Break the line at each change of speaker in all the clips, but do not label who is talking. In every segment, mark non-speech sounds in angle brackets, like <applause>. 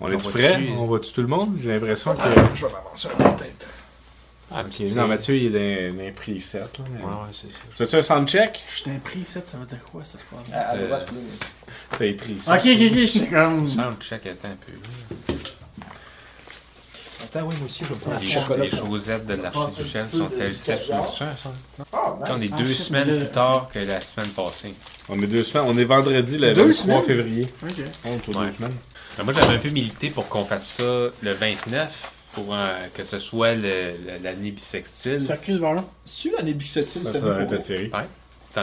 On est prêt? On voit-tu tout le monde? J'ai l'impression que.
Attends, je vais m'avancer un peu peut-être.
Ah, puis non, Mathieu, il est dans, dans les 7. Là, mais-
Ouais, ouais, c'est ça.
Tu veux-tu un soundcheck?
Je suis un preset, ça veut dire quoi cette phrase?
À,
Euh,
à droite, là.
T'as les prix
Ah, Ok, ok, ok, j'étais comme.
Sound check, attends un peu.
Attends, oui, moi aussi, je vais
Ah,
prendre
Les,
un
les
chocolat.
chaussettes de l'archiduchesse sont elles sèches sur le sang, ça?
Ah, nice.
On est
Ah,
deux
shit,
semaines
mais là-
plus tard que la semaine passée.
On est deux semaines. On est vendredi le
Deux
23
semaines?
février.
Ok.
On est aux
Ouais.
deux semaines.
Alors, Ben, moi, j'avais un peu milité pour qu'on fasse ça le 29, pour euh, que ce soit le- le- l'année
Tu
bisextile.
recules vers là?
C'est-tu l'année bissextile,
Ça,
cette
ça va être
année?
attiré.
Dans-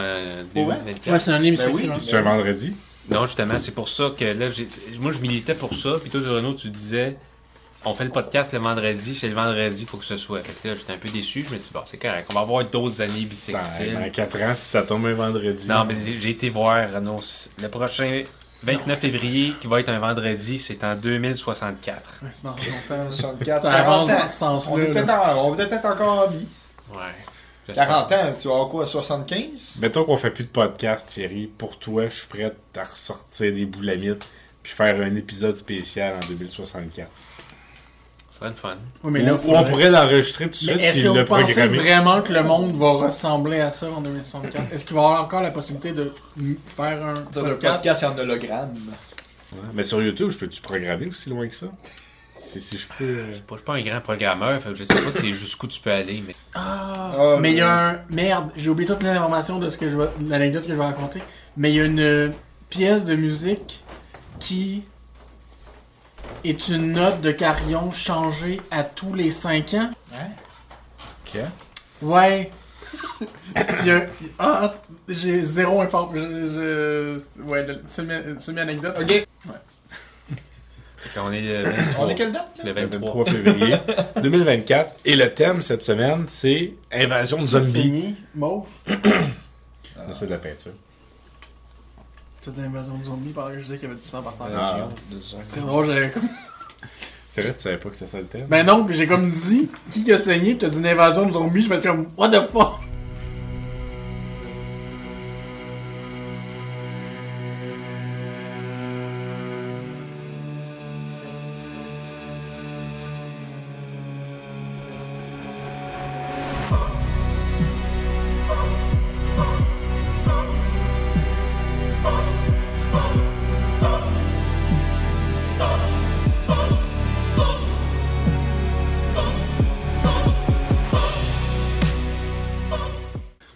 Ouais.
Ouais,
2024.
c'est un année
Ben oui.
bisexuelle.
C'est un vendredi.
Non, justement, c'est pour ça que là, j'ai- moi, je militais pour ça. Puis toi, Renaud, tu disais, on fait le podcast le vendredi, c'est le vendredi, faut que ce soit. Fait que là, j'étais un peu déçu. Je me suis dit, bon, c'est correct, on va avoir d'autres années
Dans,
bisextiles.
dans 4 ben, ans, si ça tombe un vendredi.
Non, mais j'ai j'ai été voir, Renaud, c- le prochain 29 février, qui va être un vendredi, c'est en 2064.
Ouais, c'est dans longtemps.
64,
Ça
40
avance
ans.
dans ce
On est
sens-là.
peut-être
là.
en- on va peut-être encore en vie.
Ouais. J'espère.
40 ans, tu vas avoir quoi, 75?
Mettons qu'on fait plus de podcast, Thierry. Pour toi, je suis prêt à ressortir des boulamites puis faire un épisode spécial en 2064.
Ça serait le fun.
Mais
Ouais, mais là,
on, pourrait l'enregistrer tout de suite
Mais est-ce
puis
que
le
vous pensez
programmer.
vraiment que le monde va ressembler à ça en 2064? Est-ce qu'il va y avoir encore la possibilité de m- faire un
Sur le
podcast?
podcast en hologramme.
Ouais. Mais sur YouTube, je peux-tu programmer aussi loin que ça? Si, si je peux... euh,
Moi, je suis pas un grand programmeur, fait que je sais pas c'est jusqu'où tu peux aller, mais
Ah,
Ah,
mais il y a
mais-
un... Merde, j'ai oublié toute l'information de ce que je vais... l'anecdote que je vais raconter. Mais il y a une euh, pièce de musique qui est une note de carillon changée à tous les 5 ans.
Hein?
Ouais. <laughs> Puis, euh, ah, j'ai zéro info. Je, je- ouais, le- semi- semi-anecdote.
Ok,
fait qu'on est le
Oh.
23.
on est quelle date?
Le
Le 23
23.
février 2024. Et le thème cette semaine, c'est Invasion de zombies.
Saigné, mauve.
Non, C'est de la peinture.
Tu as dit invasion de zombies, par là, je disais qu'il y avait du sang par terre.
Ah.
C'est très drôle, j'avais comme.
C'est vrai, tu savais pas que c'était ça le thème?
Ben non, puis j'ai comme dit, qui qui a saigné, puis t'as dit une invasion de zombies, je vais être comme, what the fuck?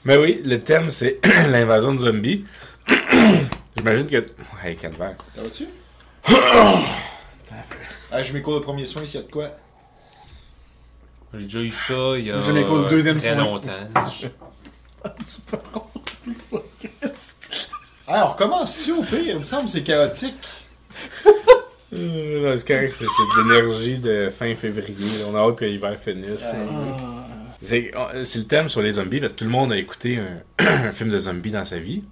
Mais Ben oui, le thème, c'est <clears throat> l'invasion de zombies. <clears throat> J'imagine que... Hey, calvaire.
Ça va-tu? Ah, je m'écoute le premier soin s'il y a de quoi.
J'ai déjà eu ça il y a
Je l'ai causé le deuxième
très
soir.
longtemps.
Tu peux pas
Ah, on recommence tu au pire, il me semble que c'est chaotique.
Euh, non, c'est correct, c'est c'est de l'énergie de fin février. là. On a hâte que l'hiver finisse.
Euh,
Ah.
C'est on- c'est le thème sur les zombies parce que tout le monde a écouté un, <clears throat> un film de zombies dans sa vie.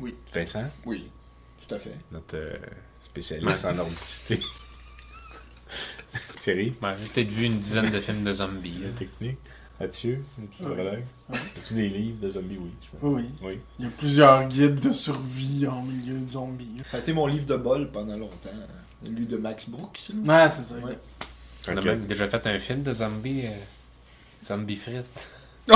Oui.
Vincent,
Oui, tout à fait.
notre euh, spécialiste en nordicité. <laughs> Thierry,
Ben, j'ai peut-être vu une dizaine de films de zombies. là.
la technique. Mathieu, une petite
Oui.
relève. As-tu des livres de zombies? Oui. je pense.
Oui,
Oui.
il y a plusieurs guides de survie en milieu de zombies.
Ça a été mon livre de bol pendant longtemps. Lui de Max Brooks. là.
Ouais, c'est ça.
Ouais.
On a
Ok.
même déjà fait un film de zombies. euh, Zombie frites.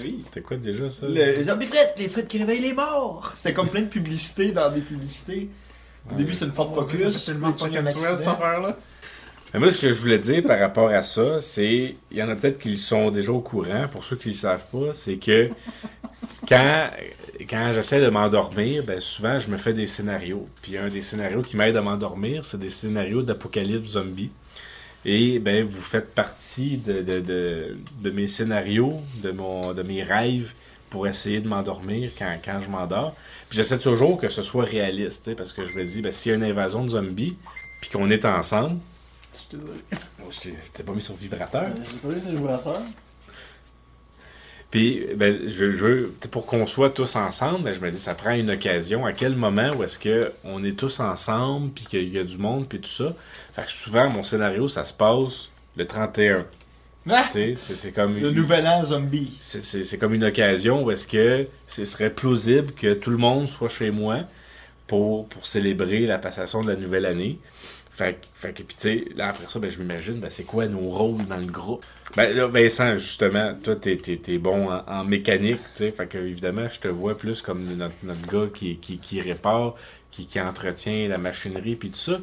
Oui.
C'était quoi déjà ça?
Le- les hommes des frites, les frites qui réveillent les morts. C'était comme plein de publicités dans des publicités. Au début, c'était une Ford
Ça
Focus.
fait tellement
puis
pas
il y a un
naturel, cette
accident.
affaire-là.
Mais moi, ce que je voulais dire par rapport à ça, c'est. Il y en a peut-être qui le sont déjà au courant. Pour ceux qui ne le savent pas, c'est que quand, quand j'essaie de m'endormir, ben, souvent, je me fais des scénarios. Puis un des scénarios qui m'aide à m'endormir, c'est des scénarios d'apocalypse zombie. Et ben, vous faites partie de, de, de, de mes scénarios, de, mon, de mes rêves pour essayer de m'endormir quand, quand je m'endors. Puis j'essaie toujours que ce soit réaliste, tu sais, parce que je me dis, ben, s'il y a une invasion de zombies, puis qu'on est ensemble,
Je suis désolé.
Bon, Oh, je t'ai- je t'ai pas mis sur vibrateur.
J'ai pas vu ce vibrateur.
Puis, ben, je, je veux- t'sais, pour qu'on soit tous ensemble, ben, je me dis, ça prend une occasion. À quel moment où est-ce que on est tous ensemble, puis qu'il y a du monde, puis tout ça. Fait que souvent, mon scénario, ça se passe le 31.
Ah!
T'sais, C'est c'est comme...
Le
une-
nouvel an zombie.
c'est- C'est c'est comme une occasion où est-ce que ce serait plausible que tout le monde soit chez moi, pour, pour célébrer la passation de la nouvelle année. Fait, que- fait que, puis tu sais, là, après ça, ben, je m'imagine, ben, c'est quoi nos rôles dans le groupe? Ben, là, Vincent, justement, toi, t'es, t'es, t'es bon en, en mécanique, tu sais, fait que, évidemment, je te vois plus comme notre, notre gars qui, qui, qui répare, qui, qui entretient la machinerie, puis tout ça.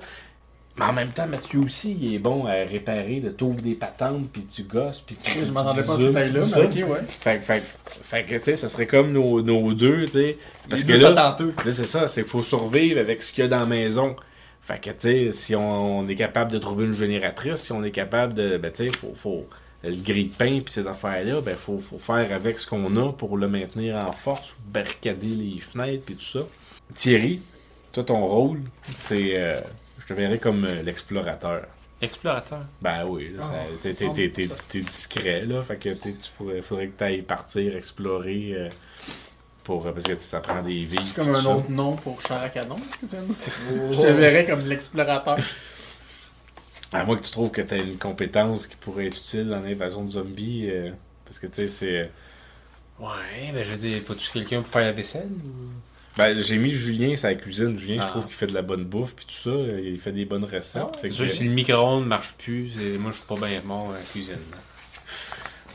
Mais en même temps, Mathieu aussi, il est bon à réparer, de t'ouvres des patentes, puis tu gosses, puis tu...
Je
tu
m'attendais pas à ce
zoomes,
détail-là,
tout
mais
ça.
ok, ouais.
Fait, que- fait, que- fait que, tu sais, ça serait comme nos, nos deux, tu sais. Parce que
deux
là,
patenteux.
là c'est ça, c'est faut survivre avec ce qu'il y a dans la maison. Fait que, tu sais, si on, on est capable de trouver une génératrice, si on est capable de, ben, tu sais, faut, faut, le gris de pain puis ces affaires-là, ben, faut, faut faire avec ce qu'on a pour le maintenir en force, barricader les fenêtres puis tout ça. Thierry, toi, ton rôle, c'est, euh, je te verrais comme euh, l'explorateur.
Explorateur.
Ben oui, là, ça-
Ah,
t'es-
ça
t'es- t'es- t'es
semble-
t'es discret, là. Fait que tu sais, tu pourrais, faudrait que t'ailles partir, explorer. euh, pour, euh, parce que tu sais, ça prend des vies.
C'est comme
tout
un
ça.
autre nom pour Characadon. que tu viens de dire? Je te verrais comme l'explorateur.
À moins que tu trouves que t'as une compétence qui pourrait être utile dans l'invasion de zombies. euh, parce que tu sais, c'est. euh,
Ouais, ben je veux dire, faut-tu quelqu'un pour faire la vaisselle ou...
Ben, j'ai mis Julien, sa cuisine. Julien,
Ah.
je trouve qu'il fait de la bonne bouffe, puis tout ça. euh, Il fait des bonnes recettes. fait,
C'est
que,
sûr que si le micro-ondes marche plus, c'est- moi je suis pas bien bon à la cuisine. là.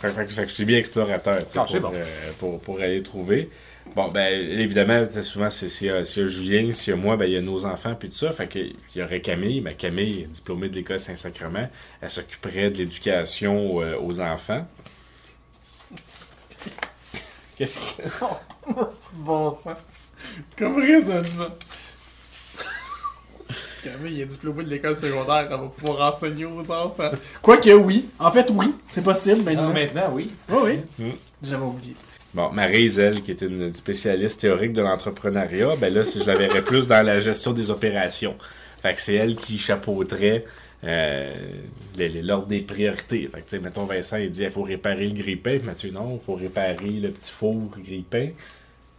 Fait, fait- fait que je t'ai mis explorateur, tu sais,
Ah,
pour,
c'est bon.
euh, pour, pour aller trouver. Bon, ben, évidemment, tu sais, souvent, c'est- c'est, euh, s'il y a Julien, s'il y a moi, ben, il y a nos enfants, puis tout ça. Fait que, il y aurait Camille, ben, Camille, diplômée de l'École Saint-Sacrement, elle s'occuperait de l'éducation euh, aux enfants. Qu'est-ce que...
bon sang. Comme <laughs> raisonnement. Camille est diplômé de l'école secondaire, elle va pouvoir enseigner aux enfants. Quoique oui, en fait oui, c'est possible maintenant.
Ah, maintenant, oui.
Oui,
Mm.
oui. J'avais oublié.
Bon, Maryse, elle, qui est une spécialiste théorique de l'entrepreneuriat, ben là, si je la verrais plus dans la gestion des opérations. Fait que c'est elle qui chapeauterait euh, les- les- l'ordre des priorités. Fait que, tu sais, mettons, Vincent, il dit, il faut réparer le grille-pain. Puis Mathieu, non, il faut réparer le petit four grille-pain.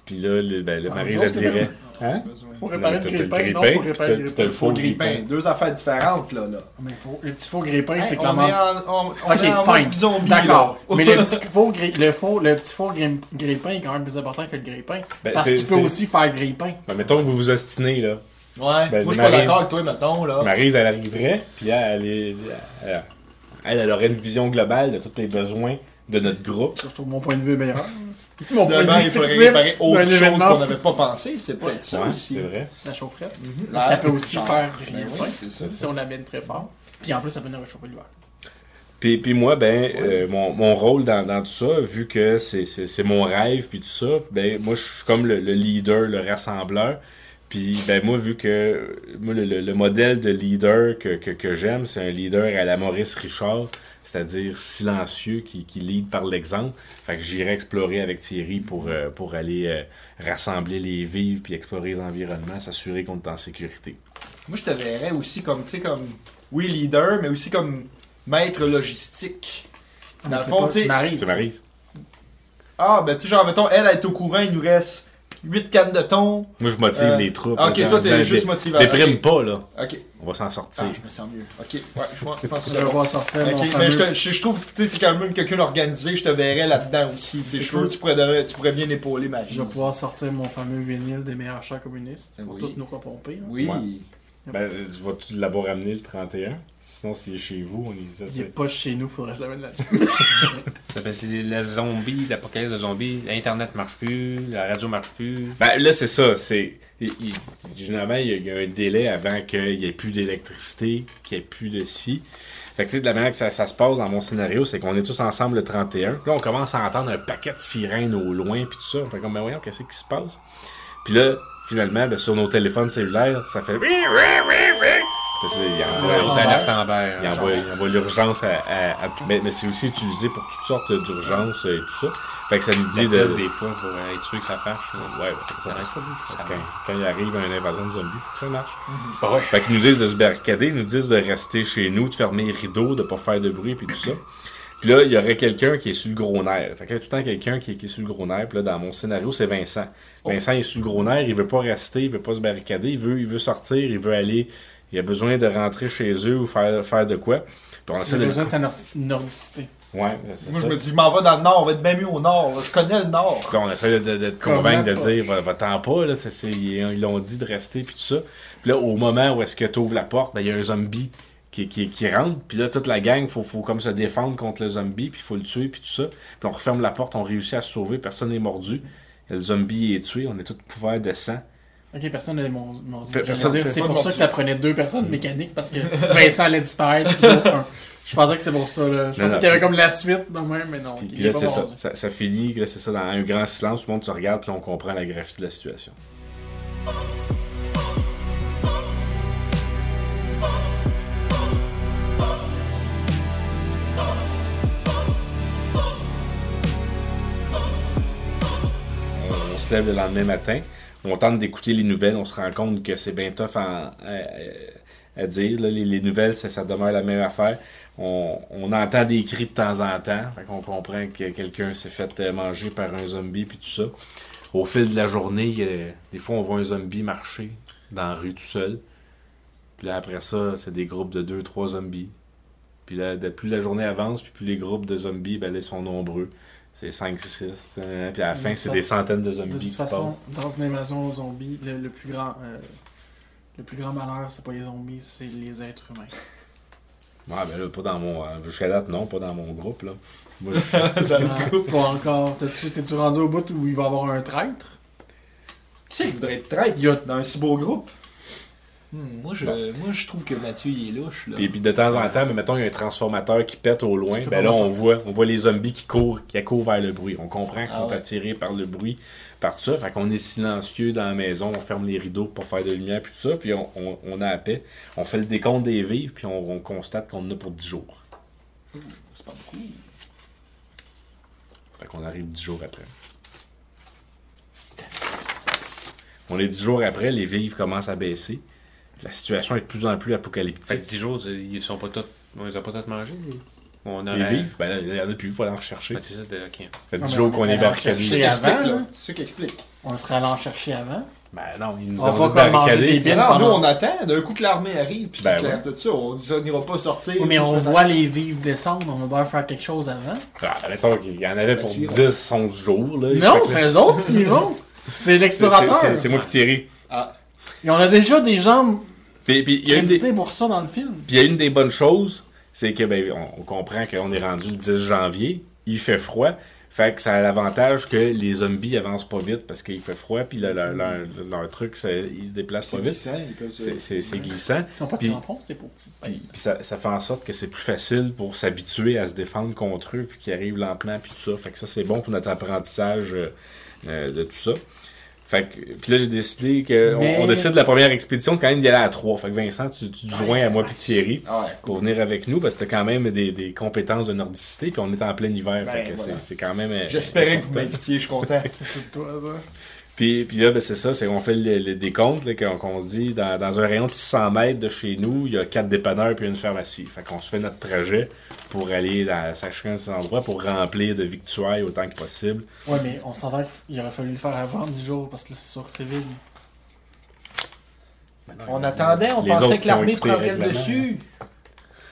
Puis là, le, ben, le
Ah,
Maryse,
nous
elle
autres, c'est
dirait... Hein?
Faut réparer
Non, mais
le
t'as- t'as
grippin, non, faut
puis
réparer
t'as-
le grippin.
t'as le four
Faut gripper.
grille-pain. Ben,
Deux affaires différentes, là. là.
Mais faut- le petit faux grippin,
Hey,
c'est
on
clairement...
est en, on, on
Ok,
est en
fine.
mode zombie,
D'accord.
<laughs> là.
Mais le petit faux, gri- le faux, le petit faux grim- grille-pain est quand même plus important que le grille-pain.
Ben,
parce
c'est-
qu'il peut
c'est-
aussi faire grille-pain.
Ben, mettons, que vous vous ostinez, là.
Ouais,
Ben,
moi, je suis pas
Marie-
d'accord avec toi, mettons, là.
Maryse, elle arriverait, puis elle, elle, est- elle- elle, elle aurait une vision globale de tous les besoins de notre groupe.
Ça, Je trouve mon point de
<laughs>
vue meilleur. mon
Finalement, il faudrait
fictif
réparer
d'un
autre chose
événement
qu'on n'avait pas pensé. C'est peut-être ça
Ouais,
aussi.
c'est vrai.
La chaufferette.
Mhm.
Parce qu'elle peut
Ouais,
aussi
ça-
faire
Ben
griller.
oui, c'est ça.
si on l'amène très fort. Puis en plus, ça peut nous réchauffer l'hiver.
Puis, puis moi, ben, euh, mon, mon rôle dans, dans tout ça, vu que c'est, c'est, c'est mon rêve, puis tout ça, ben, moi, je suis comme le, le leader, le rassembleur. Puis, ben, moi, vu que euh, moi, le, le- le modèle de leader que, que, que j'aime, c'est un leader à la Maurice Richard, c'est-à-dire silencieux, qui, qui lead par l'exemple. Fait que j'irai explorer avec Thierry pour, euh, pour aller euh, rassembler les vivres, puis explorer les environnements, s'assurer qu'on est en sécurité.
Moi, je te verrais aussi comme, tu sais, comme, oui, leader, mais aussi comme maître logistique.
Ah,
Dans le fond, tu sais,
C'est
sais.
Maryse?
ah, ben, tu sais, genre, mettons, elle, elle est au courant, il nous reste 8 cannes de thon.
Moi, je motive
Euh,
les troupes.
Ok,
en disant,
toi, t'es juste
Dé-
motivé.
Déprime pas, là.
Ok,
On va s'en
ah,
sortir.
je me sens mieux. Ok, ouais, je pense- je pense que
Je
c'est
vais
bon.
voir sortir
Ok,
mon
mais je,
fameux-
te- je- je trouve que tu es quand même quelqu'un d'organisé, je te verrais là-dedans aussi. Tu sais,
C'est
je veux
cool.
que tu pourrais, donner- tu pourrais bien épauler ma vie. Ben
je vais pouvoir sortir mon fameux vinyle des meilleurs chats communistes pour
Oui.
toutes nos repompées. là.
Oui.
Ouais. Ben, euh, vas-tu l'avoir amené le 31? Sinon, s'il est chez vous, on est... ça,
Il est
c'est-
pas chez nous, faudrait que je l'amène là.
Ça s'appelle les- la zombie, l'apocalypse de zombies. Internet marche plus, la radio marche plus.
Ben, là, c'est ça. C'est... il- il- Généralement, il y, a, il y a un délai avant qu'il n'y ait plus d'électricité, qu'il n'y ait plus de scie. Fait que, tu sais, de la manière que ça, ça se passe dans mon scénario, c'est qu'on est tous ensemble le 31. Puis Là, on commence à entendre un paquet de sirènes au loin, puis tout ça. Fait comme, ben voyons, qu'est-ce qui se passe? Puis là, finalement, ben, sur nos téléphones cellulaires, ça fait... Parce que là, il y a-
Ouais,
Alerte, alerte Amber.
Il envoie, il envoie l'urgence à, à- à tout. Mais, mais c'est aussi utilisé pour toutes sortes d'urgences et tout ça. Fait que ça nous dit
Des,
de.
des fois pour euh, être sûr que ça marche. là.
Ouais, ouais, ça marche pas vite. Parce
Ça
que quand il arrive une invasion de zombies, faut que ça marche.
Mhm.
Ah ouais.
Fait qu'ils nous disent de se barricader, ils nous disent de rester chez nous, de fermer les rideaux, de pas faire de bruit, puis tout ça. Puis là, il y aurait quelqu'un qui est sur le gros nerf. Fait que là, tout le temps, quelqu'un qui, est- qui est sur le gros nerf. Puis là, dans mon scénario, c'est Vincent.
Oh.
Vincent, il est sur le gros nerf, il veut pas rester, il veut pas se barricader, il veut, il veut sortir, il veut aller, il a besoin de rentrer chez eux ou faire, faire de quoi. Puis on essaie
J'ai
de le
besoin de sa nor- nordicité.
Ouais, c'est
Moi,
ça.
je me dis, je m'en vais dans le nord, on va être bien mieux au nord. là. Je connais
<laughs>
le nord.
Là, on essaie de, de- de te
Comment
convaincre de
pas?
dire va- va-t'en pas, là, c'est- c'est- ils ils l'ont dit de rester puis tout ça. Puis là, au moment où est-ce que tu ouvres la porte, ben, il y a un zombie qui, qui, qui rentre. Puis là, toute la gang, faut, faut comme se défendre contre le zombie, puis faut le tuer, puis tout ça. Puis on referme la porte, on réussit à se sauver, personne n'est mordu. Et le zombie est tué, on est tous couverts de sang.
Ok, personne n'avait mon. mon
Pe-
j'allais
personne- Mm.
dire, c'est
personne
pour
m'a
ça que
dit.
ça prenait deux personnes mécaniques parce que Vincent allait disparaître. puis l'autre, un. Je pensais que c'est pour ça. Là. Je
Non, non,
pensais qu'il y avait
puis-
comme la suite de même, mais non.
Puis,
il
puis
est
là,
pas
c'est ça.
mort.
ça. ça finit, là, c'est ça, dans un grand silence, tout le monde se regarde, puis là, on comprend la gravité de la situation. On- On se lève le lendemain matin, on tente d'écouter les nouvelles, on se rend compte que c'est bien tough à, à- à dire. là. les, les nouvelles, ça, ça demeure la même affaire. On, on entend des cris de temps en temps, fait qu'on comprend que quelqu'un s'est fait euh, manger par un zombie puis tout ça. Au fil de la journée, euh, des fois on voit un zombie marcher dans la rue tout seul. Puis là après ça, c'est des groupes de deux, trois zombies. Puis là, de- plus la journée avance, puis plus les groupes de zombies, ben là, ils sont nombreux. C'est 5, 6, hein. puis à la fin, c'est des centaines de
De
zombies
toute
qui passent.
façon, dans une invasion aux zombies, le, le plus grand. euh, le plus grand malheur, c'est pas les zombies, c'est les êtres humains.
Ouais, ben là, pas dans mon. euh, Jusqu'à date, non, pas dans mon groupe, là. Moi, je-
<laughs> Ça me
Ah,
coupe.
pas encore. T'as-tu- T'es-tu rendu au bout où il va y avoir un traître?
Qui c'est qui voudrait être traître
Il y a-
dans un si beau groupe?
Hmm, moi, je, moi, je trouve que Mathieu, il est louche. Là.
Puis, puis de temps en temps, mais mettons, il y a un transformateur qui pète au loin.
Je peux
Ben
pas
là,
m'en
on
sortir.
voit, on voit les zombies qui courent, qui accourent vers le bruit. On comprend qu'ils
Ah
sont
ouais.
attirés par le bruit, par tout ça. Fait qu'on est silencieux dans la maison, on ferme les rideaux pour faire de lumière, puis tout ça. Puis on, on, on a la paix. On fait le décompte des vivres, puis on, on constate qu'on en a pour 10 jours.
C'est pas beaucoup.
Fait qu'on arrive 10 jours après. On est 10 jours après, les vivres commencent à baisser. La situation est de plus en plus
Fait
apocalyptique.
que 10 jours, ils sont pas tous. On les a pas tous mangés. On
Les vivres, ben là, il y en a plus, il faut aller en rechercher.
Ah, c'est ça, de- ok.
Ça fait
Ah,
10
mais
jours
on
qu'on
est
est
allé en
barricadé.
chercher. C'est
Explique,
avant,
hein?
là.
là.
C'est ça qui explique.
On serait allé en chercher avant.
Ben non, ils nous
On va
ont dit
pas manger des
barricadé.
bêtes. Bien
non, nous,
pendant-
on attend. D'un coup que l'armée arrive, puis
Ben
qu'il claire tout ça, on dit, on n'ira pas sortir.
Oui, mais
Puis
on
ça-
voit les vivres descendre, on va bien faire quelque chose avant.
Ah, mettons qu'il y en avait pour
Ben, tu
10, 11 jours. Là.
Non,
Fait que là,
c'est eux autres qui y vont. C'est
c'est- c'est-
l'explorateur.
c'est- C'est moi qui tirais.
Ah,
Et on a déjà des gens
Puis, puis il y a une des,
crédités pour ça dans le film.
puis il y a une des bonnes choses, c'est que ben, on, on comprend qu'on est rendu le 10 janvier, il fait froid. Fait que ça a l'avantage que les zombies avancent pas vite parce qu'il fait froid, puis le- leur, leur- leur truc, ça- ils se déplacent
c'est
pas vite.
glissant, ils peuvent se-
C'est- C'est c'est glissant.
Ils n'ont pas de
Puis-
tampons, c'est pour petit.
Puis, puis ça, ça fait en sorte que c'est plus facile pour s'habituer à se défendre contre eux, puis qu'ils arrivent lentement, puis tout ça. Fait que ça, c'est bon pour notre apprentissage euh, euh, de tout ça. Fait que, puis là, j'ai décidé que on-
Mais-
on, décide la première expédition de quand même d'y aller à trois. Fait que Vincent, tu, tu te joins à moi puis Thierry
Ah ouais.
pour venir avec nous parce que t'as quand même des, des compétences de nordicité, puis on est en plein hiver.
Ben,
fait que
voilà.
c'est- c'est quand même. euh,
J'espérais que vous
important.
m'invitiez, je
<laughs>
suis content.
Puis, puis là, ben, c'est ça, c'est qu'on fait le, le décompte, là, qu'on, qu'on se dit, dans, dans un rayon de 600 mètres de chez nous, il y a quatre dépanneurs puis une pharmacie. Fait qu'on se fait notre trajet pour aller dans chacun de ces endroits pour remplir de victuailles autant que possible.
Ouais, mais on s'entend qu'il aurait fallu le faire avant 10 jours parce que là, c'est sûr que c'est vide.
<laughs> On attendait, on
Les autres
pensait que
qui ont
l'armée
écouté
prendrait
le
le
règlement.
dessus.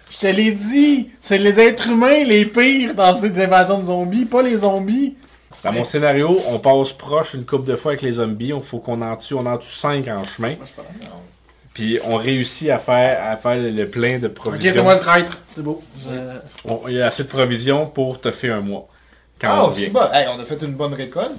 Je te l'ai dit, c'est les êtres humains les pires dans ces invasions de zombies, pas les zombies.
Dans mon scénario, on passe proche une coupe de fois avec les zombies, on faut qu'on en tue, on en tue 5 en chemin, puis on réussit à faire, à faire le plein de
Ok,
provisions.
c'est moi le traître, c'est beau. Je-
On- il y a assez de provisions pour te faire un mois. Quand
Ah,
on revient.
c'est bon. Hey, on a fait une bonne récolte.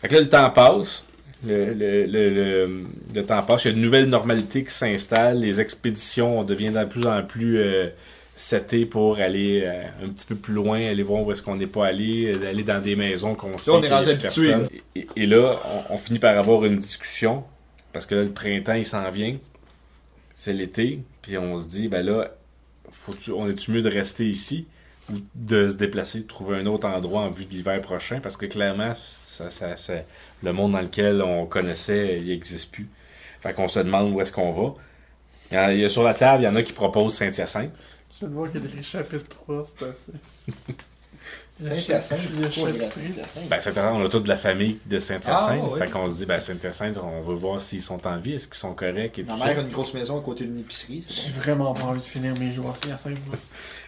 Fait que là, le temps passe. Le, le, le, le- le temps passe. Il y a une nouvelle normalité qui s'installe. Les expéditions, on devient de plus en plus euh, setées pour aller euh, un petit peu plus loin, aller voir où est-ce qu'on n'est pas allé, euh, aller dans des maisons qu'on sait.
on est
qu'il y a
rendu
plus
habitué.
personne. Et, et là, on, on finit par avoir une discussion parce que là, le printemps, il s'en vient. C'est l'été. Puis on se dit, ben là, faut-tu- on est-tu mieux de rester ici ou de se déplacer, de trouver un autre endroit en vue de l'hiver prochain? Parce que clairement, ça- ça- ça- le monde dans lequel on connaissait, il n'existe plus. Fait qu'on se demande où est-ce qu'on va. Il y en a- il y a sur la table, il y en a qui proposent Saint-Hyacinthe.
Je viens de voir qu'il y a des chapitre 3, <laughs> c'est
Saint-Hyacinthe.
Je- je-
Pourquoi
je-
le
je-
Saint-Hyacinthe?
Ben, cette année, on a toute la famille de Saint-Hyacinthe.
Ah, ouais.
Fait qu'on se dit, ben, Saint-Hyacinthe, on veut voir s'ils sont en vie, est-ce qu'ils sont corrects et
Ma
tout ça.
mère a une grosse maison à côté d'une épicerie. c'est
J'ai vraiment pas envie de finir mes jours à Saint-Hyacinthe. moi.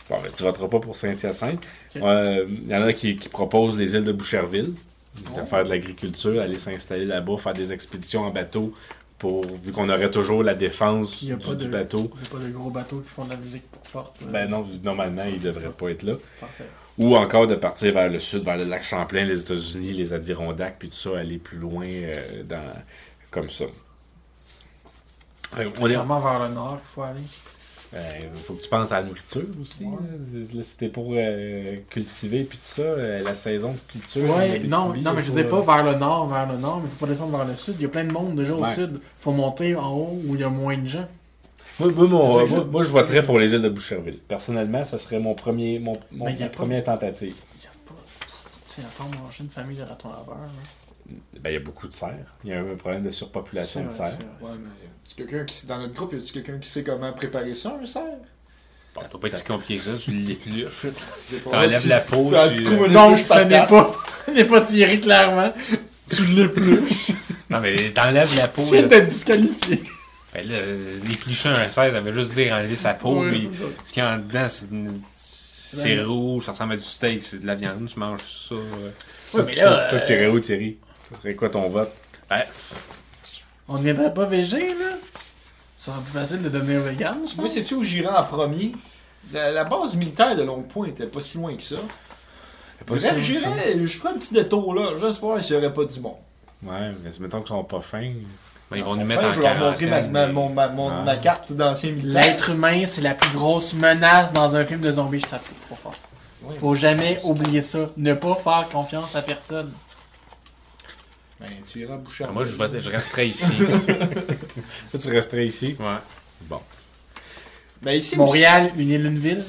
Bon, ben, tu voteras pas pour Saint-Hyacinthe.
Ok.
Euh, Il y en a qui, qui proposent les îles de Boucherville, de
Oh.
faire de l'agriculture, aller s'installer là-bas, faire des expéditions en bateau, pour, vu qu'on aurait toujours la défense
Il y
du,
a pas
du
de-
bateau.
C'est pas de gros bateaux qui font de la musique pour forte. là.
Ben non, normalement, ils devraient pas être là.
Parfait.
Ou encore de partir vers le sud, vers le lac Champlain, les États-Unis, les Adirondacks, puis tout ça, aller plus loin euh, dans, comme ça. Euh, On est,
Clairement vers le nord qu'il faut aller.
Euh, faut que tu penses à la nourriture aussi.
Ouais.
là. Là, si t'es pour euh, cultiver puis tout ça, euh, la saison de culture. en
Ouais,
Abitibi,
non, non, mais je disais
euh,
pas vers le nord, vers le nord, mais faut pas descendre vers le sud. Il y a plein de monde déjà au
Ouais.
sud. Faut monter en haut où il y a moins de gens.
Moi, moi, mon-
C'est ça que
moi-
je-
moi, je voterais pour les îles de Boucherville. Personnellement, ça serait mon premier, mon, mon-
Mais Ben, y
ma
a pas-
première tentative.
Il y a pas. Tu sais, attends, manger une famille de ratons laveurs. là.
Ben, il y a beaucoup de serres. Il y a un problème de surpopulation de
C'est vrai,
serres.
c'est vrai.
Ouais, mais y a quelqu'un qui, dans notre groupe, y a-tu quelqu'un qui sait comment préparer ça, un cerf?
Bon, ça doit pas être si compliqué que ça, tu l'épluches.
C'est pas-
T'enlèves la peau,
T'as-
tu. euh,
tu trouves une
Donc,
épluche
ça n'est
patate.
pas, <laughs> ça n'est pas tiré clairement. Tu l'épluches.
Non, mais t'enlèves la peau.
Tu
là.
viens d'être disqualifié.
Ben là, l'éplucher un 16, ça veut juste dire enlever sa
Oh
peau,
Ouais,
puis
c'est ça.
ce qu'il y a en dedans, c'est une- c'est rouge, ça ressemble à du steak, c'est de la viande, tu manges ça. euh, ouais.
mais là. Toi,
Euh,
Thierry, où, Thierry Ça serait quoi ton vote
euh, On ne deviendrait pas végé, là? Ça serait plus facile de devenir vegan, je
Moi,
pense.
c'est sûr où j'irai en premier. La, la base militaire de Longue-Point était pas si loin que ça. Bref, j'irais, je ferais un petit détour là, juste voir s'il y aurait pas du monde.
Ouais, mais mettons qu'ils sont pas fins.
Ben, ils
Dans
vont
son
nous mettre
fin,
en
Je vais leur montrer ma,
quarantaine,
ma-
mais-
mon- ma- mon-
Ah.
ma carte d'ancien militaire.
L'être humain, c'est la plus grosse menace dans un film de zombies. Je tape trop fort.
Oui.
Faut jamais oublier ça. Ne pas faire confiance à personne.
Ben, tu iras boucher.
Ah, Moi, je, vote- je resterai ici.
Toi, tu resterais ici.
<laughs> ouais.
Bon.
Mais Ben, ici,
Montréal, une île, une ville.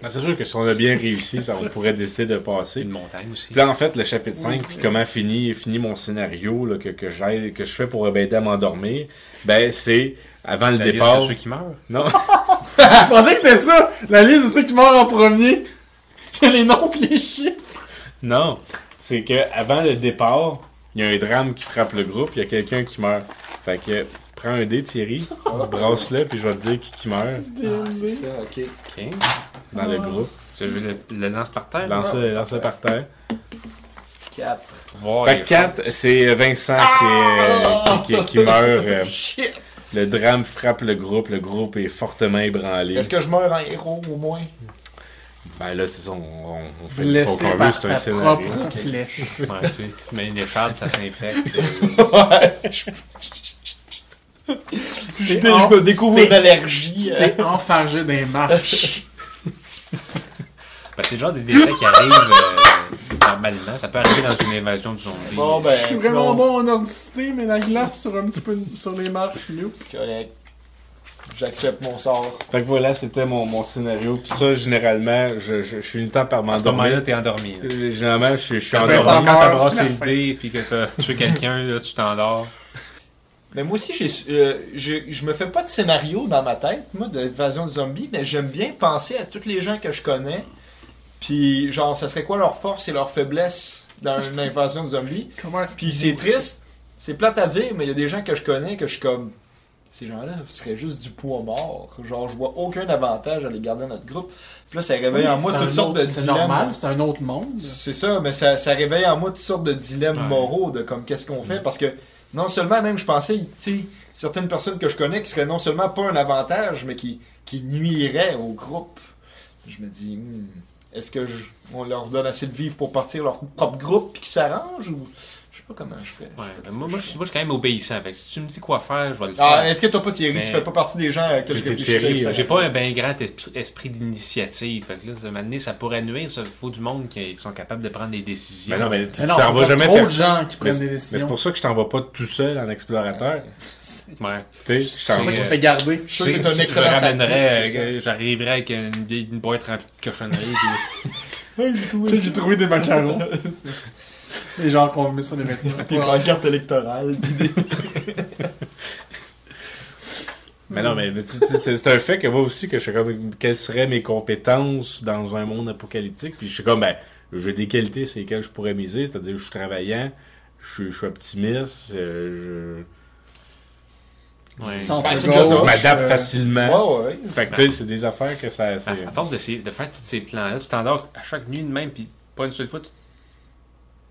Ben, c'est sûr que si on a bien réussi, ça,
<laughs>
on pourrait décider de passer.
Une montagne aussi.
Puis là, en fait, le chapitre 5, puis comment finit, finit mon scénario là, que, que, j'aille- que je fais pour m'aider à m'endormir, ben c'est avant le
La liste
départ.
de ceux qui meurent.
Non, <laughs> Ah!
Je pensais que c'était ça, la liste de ceux qui meurent en premier. <laughs> J'ai les noms pis les chiffres.
non. C'est que avant le départ, il y a un drame qui frappe le groupe, il y a quelqu'un qui meurt. Fait que prends un dé, Thierry, brasse-le, puis je vais te dire qui, qui meurt
Ah, c'est ça, ok.
Ok.
dans le groupe.
Tu veux que je le, le lance par terre?
Lance-le lance-le par terre.
4.
Voir
Fait
les
que 4, c'est Vincent qui, est- qui, qui meurt. euh,
Shit!
Le drame frappe le groupe, le groupe est fortement ébranlé.
Est-ce que je meurs en héros au
<laughs>
moins?
Ben là, c'est ça, on, on- on fait ce
Blessé
qu'on veut,
par
c'est un
ta
scénario.
propre flèche.
choses. Ouais, tu, tu mets une écharpe, ça <laughs> s'infecte. euh.
Ouais, je, je- je- je me découvre une allergie. hein.
Tu t'es enfargé
<laughs>
d'un marche.
Ben, c'est le genre des décès qui arrivent euh, normalement. Ça peut arriver dans une invasion de zombies.
Bon, ben.
Je suis
non,
vraiment bon en ordicité, mais la glace sur un petit peu sur les marches, nous.
C'est correct. J'accepte mon sort.
Fait que voilà, c'était mon, mon scénario. Puis ça, généralement, je, je, je suis une temps par
À ce moment-là,
m'endormir.
t'es endormi. là.
Euh, Généralement, je, suis- je suis
Après
Quand
ça,
endormi.
meurt,
t'as brassé
la
le
fin.
dé puis que t'as tué quelqu'un, là, tu t'endors.
Mais moi aussi, j'ai, euh, je, je me fais pas de scénario dans ma tête, moi, d'évasion de zombies, mais j'aime bien penser à toutes les gens que je connais. Puis, genre, ça serait quoi leur force et leur faiblesse dans une invasion de zombies?
Comment est-ce
Puis c'est triste, c'est plate à dire, mais il y a des gens que je connais que je suis comme. Ces gens-là seraient juste du poids mort. Genre, je vois aucun avantage à les garder dans notre groupe. Puis là, ça réveille en moi
C'est
toutes
un
sortes
autre-
de
C'est
dilemmes.
normal, c'est un autre monde.
C'est ça, mais ça, ça réveille en moi toutes sortes de dilemmes
Ouais.
moraux de comme qu'est-ce qu'on fait. Parce que non seulement, même je pensais, tu sais, certaines personnes que je connais qui seraient non seulement pas un avantage, mais qui, qui nuiraient au groupe. Je me dis, hmm, est-ce que je- on leur donne assez de vivre pour partir leur propre groupe puis qu'ils s'arrangent ou je sais pas comment je fais.
Ouais,
Je sais pas
ben,
ce
moi,
que
moi,
je
je,
fais.
moi, je suis quand même obéissant. Fait que si tu me dis quoi faire, je vais le faire.
Ah, est-ce que toi pas Thierry,
Mais-
tu fais pas partie des gens à qui
C'est-
je
c'est
réfléchissais,
Thierry,
ça.
euh,
J'ai pas un bien grand esprit, esprit d'initiative. Fait que là, ça, donné, ça pourrait nuire. Il faut du monde qui, qui sont capables de prendre des décisions.
Mais non, mais tu
Mais non,
t'en vas
t'as
jamais
trop de
personne.
gens qui
Mais
prennent
c'est
des
mais c'est
décisions.
pour ça que je t'en vais pas tout seul en explorateur.
Ouais.
Tu sais, je
C'est
t'en
pour ça que tu te
vais.
fais garder.
Je suis sûr que
Tu-
t'es un
tu-
excellent
je ramènerais,
samedi,
euh, J'arriverais avec une, vieille- une boîte remplie de cochonneries. puis-
<laughs>
<laughs> J'ai trouvé des macarons. Les gens qu'on met sur les vêtements.
Tes pancartes électorales. puis des-
Mais Mais non, mais tu- tu- c'est c'est un fait que moi aussi, que je suis comme, quelles seraient mes compétences dans un monde apocalyptique? Puis je suis comme, ben, j'ai des qualités sur lesquelles je pourrais miser, c'est-à-dire je suis travaillant, je suis, je suis optimiste, euh,
<laughs> Ouais.
Sans
Ben,
te
c'est
gauche.
déjà
je, je
ça.
m'adapte
euh,
facilement.
Ouais, ouais.
Fait que tu sais, c'est des affaires que ça.
À,
c'est-
à force d'essayer de faire tous ces plans-là, tu t'endors à chaque nuit de même, puis pas une seule fois, tu...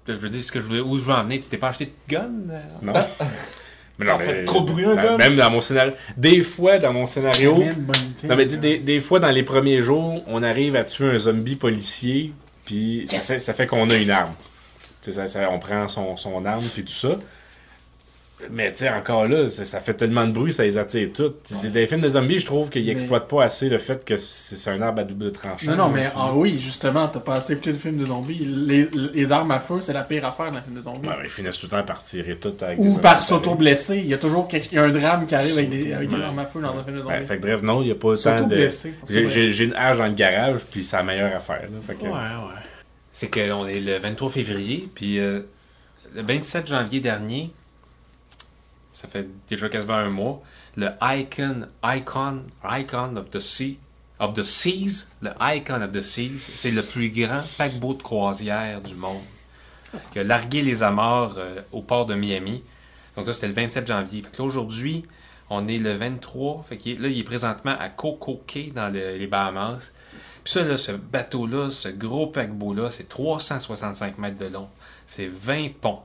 Je veux dire, ce que je voulais, où je veux en venir, tu t'es pas acheté de gun? euh?
Non. Mais
Ah,
En fait, trop de bruit, un
dans-
gars.
Même dans mon scénario. Des fois, dans mon scénario.
Jamais une bonne idée.
Non, mais dis, des, des fois, dans les premiers jours, on arrive à tuer un zombie policier, puis ça fait, ça fait qu'on a une arme. Tu sais, Ça, ça- on prend son, son arme, puis tout ça. Mais tu sais, encore là, c'est- ça fait tellement de bruit, ça les attire toutes. Des- Des films de zombies, je trouve qu'ils
Mais-
n'exploitent pas assez le fait que c'est c'est un arbre à double tranchant.
Non, non,
là,
mais
tu
ah oui, justement, t'as pas assez écouté de films de zombies. Les, les armes à feu, c'est la pire affaire dans les films de zombies.
vois. Ouais, mais ils finissent tout le temps par tirer tout. avec
Ou
des
par
armes
s'auto-blesser. Il y a toujours quelque- il y a un drame qui arrive avec des, avec des armes à feu dans un film de
Ouais,
zombies.
fait que bref, non, il n'y a pas tant de.
S'auto-blesser.
J'ai- J'ai j'ai une hache dans le garage, puis c'est la meilleure affaire. là. Fait que-
Ouais, ouais. C'est qu'on est le 23 février, puis euh, le 27 janvier dernier, ça fait déjà quasiment un mois, le Icon, Icon, Icon of the Sea, of the Seas, le Icon of the Seas, c'est le plus grand paquebot de croisière du monde. qui a largué les amarres euh, au port de Miami. Donc là, c'était le 27 janvier. Fait que là, aujourd'hui, on est le 23. Fait qu'il est- là, il est présentement à Coco Cay, dans le- les Bahamas. Puis ça, là, ce bateau-là, ce gros paquebot-là, c'est 365 mètres de long. C'est 20 ponts,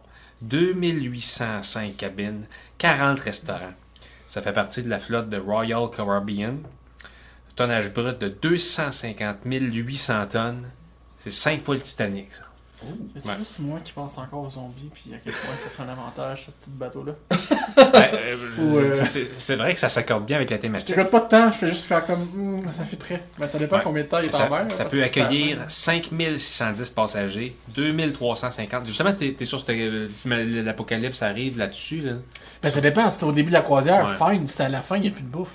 2805 cabines, 40 restaurants. Ça fait partie de la flotte de Royal Caribbean. Tonnage brut de 250 800 tonnes. C'est 5 fois le Titanic, <laughs> ça.
C'est
Ouais.
juste moi qui pense encore aux zombies, puis à quel point ce serait un avantage, ce petit bateau-là.
Ben, euh,
Ou, euh,
c'est- C'est vrai que ça s'accorde bien avec la
Je
thématique.
t'écoute pas de temps, je fais juste faire comme. Hmm, ça fait très. Ben, ça dépend
Ouais.
combien de temps il est
Ça,
en mer.
ça
parce
peut
que c'est
accueillir 5610 passagers, 2350. Justement, t'es es sûr que t'es- si ma- l'apocalypse arrive là-dessus. Là.
Ben, ça dépend. Si c'est au début de la croisière,
Ouais.
fine. Si c'est à la fin, il n'y a plus de bouffe.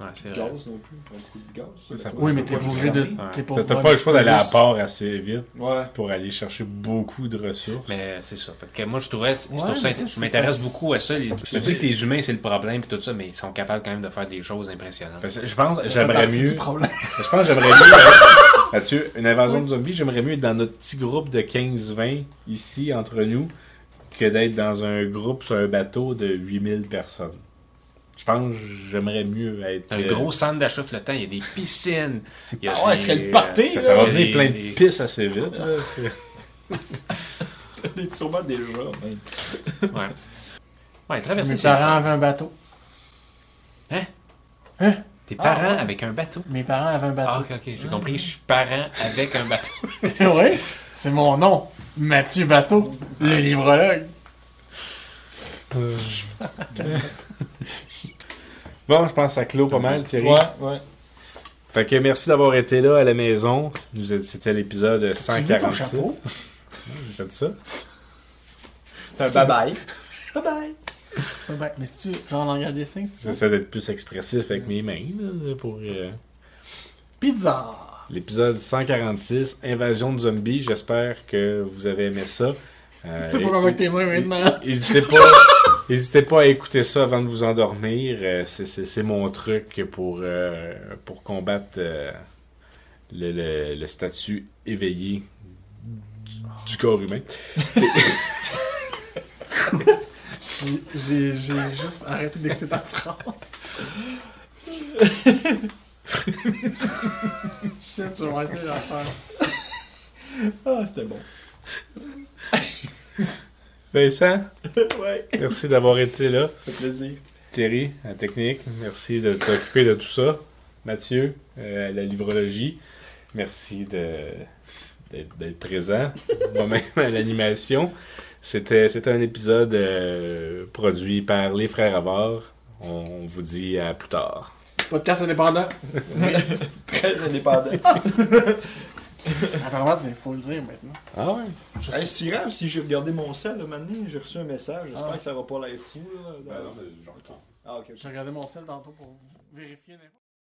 Ouais, c'est vrai.
Gaz non plus. Pas beaucoup de gaz.
Ça
Oui, mais t'es pas obligé de.
Ouais.
t'es pas-
T'as t'as
ouais,
pas le
tu
choix
peux
d'aller à
juste-
port assez vite.
Ouais. <laughs>
pour aller chercher beaucoup de ressources. Mais
Mais c'est ça. Fait que moi, je trouvais. je trouve
Ouais,
ça-
mais ça,
je
c'est
m'intéresse
pas-
beaucoup à ça. Les, je me dis que les humains, c'est le problème et tout ça, mais ils sont capables quand même de faire des choses impressionnantes.
parce que je pense
ça fait
j'aimerais
partie
mieux.
du problème.
Je pense j'aimerais mieux. euh, Mathieu, une invasion de zombies, j'aimerais mieux être dans notre petit groupe de 15-20 ici entre nous que d'être dans un groupe sur un bateau de 8000 personnes. Je pense que j'aimerais mieux être.
Un
euh,
gros centre d'achat flottant, il y a des piscines. il y a
Ah ouais,
des- euh,
ce serait le party,
Ça,
là.
ça va
Et-
venir plein de
et-
pisses assez vite. là, c'est-
Les sûrement déjà, même.
Ouais. Ouais, traverser
Mes
ses-
parents avaient un bateau.
Tes parents
Ah, ouais.
avec un bateau.
Mes parents avaient un
Ah,
bateau.
ok, ok, j'ai compris. Je suis parent avec un bateau.
<laughs> oui, c'est mon nom. Mathieu Bateau, le livrologue.
Euh, <laughs> Bon, je pense que ça clôt pas mal, Thierry.
Ouais, ouais.
Fait que merci d'avoir été là à la maison. Nous êtes- C'était l'épisode
Tu veux ton
146.
chapeau?
J'ai fait ça.
C'est un <laughs> bye-bye.
Ouais, ben, mais c'est-tu genre langage des signes, c'est ça?
J'essaie d'être plus expressif avec mes mains là, pour euh,
Pizza!
l'épisode 146, Invasion de zombies. J'espère que vous avez aimé ça. Euh,
Tu sais pas
et-
comment avec tes mains maintenant?
N'hésitez pas, n'hésitez pas à écouter ça avant de vous endormir. Euh, c'est- c'est c'est mon truc pour, euh, pour combattre euh, le, le- le statut éveillé du- du corps humain.
J'ai- J'ai j'ai juste arrêté d'écouter ta phrase. <laughs> Shit, j'ai manqué l'affaire.
Ah, c'était bon.
Vincent,
<laughs> ouais,
merci d'avoir été là.
ça fait plaisir.
Thierry, à la technique, merci de t'occuper de tout ça. Mathieu, euh, à la librologie, merci de- d'être d'être présent. Moi-même à l'animation. C'était c'était un épisode euh, produit par les frères Avars. On vous dit à plus tard.
Podcast indépendant.
Très indépendant. <laughs>
Apparemment, c'est faut le dire maintenant.
Ah ouais?
Hey, c'est grave si j'ai regardé mon sel, là, maintenant, j'ai reçu un message. J'espère que ça va pas l'air fou, là. dans-
Ben je
Ah, ok.
J'ai regardé mon sel tantôt pour vérifier. n'importe-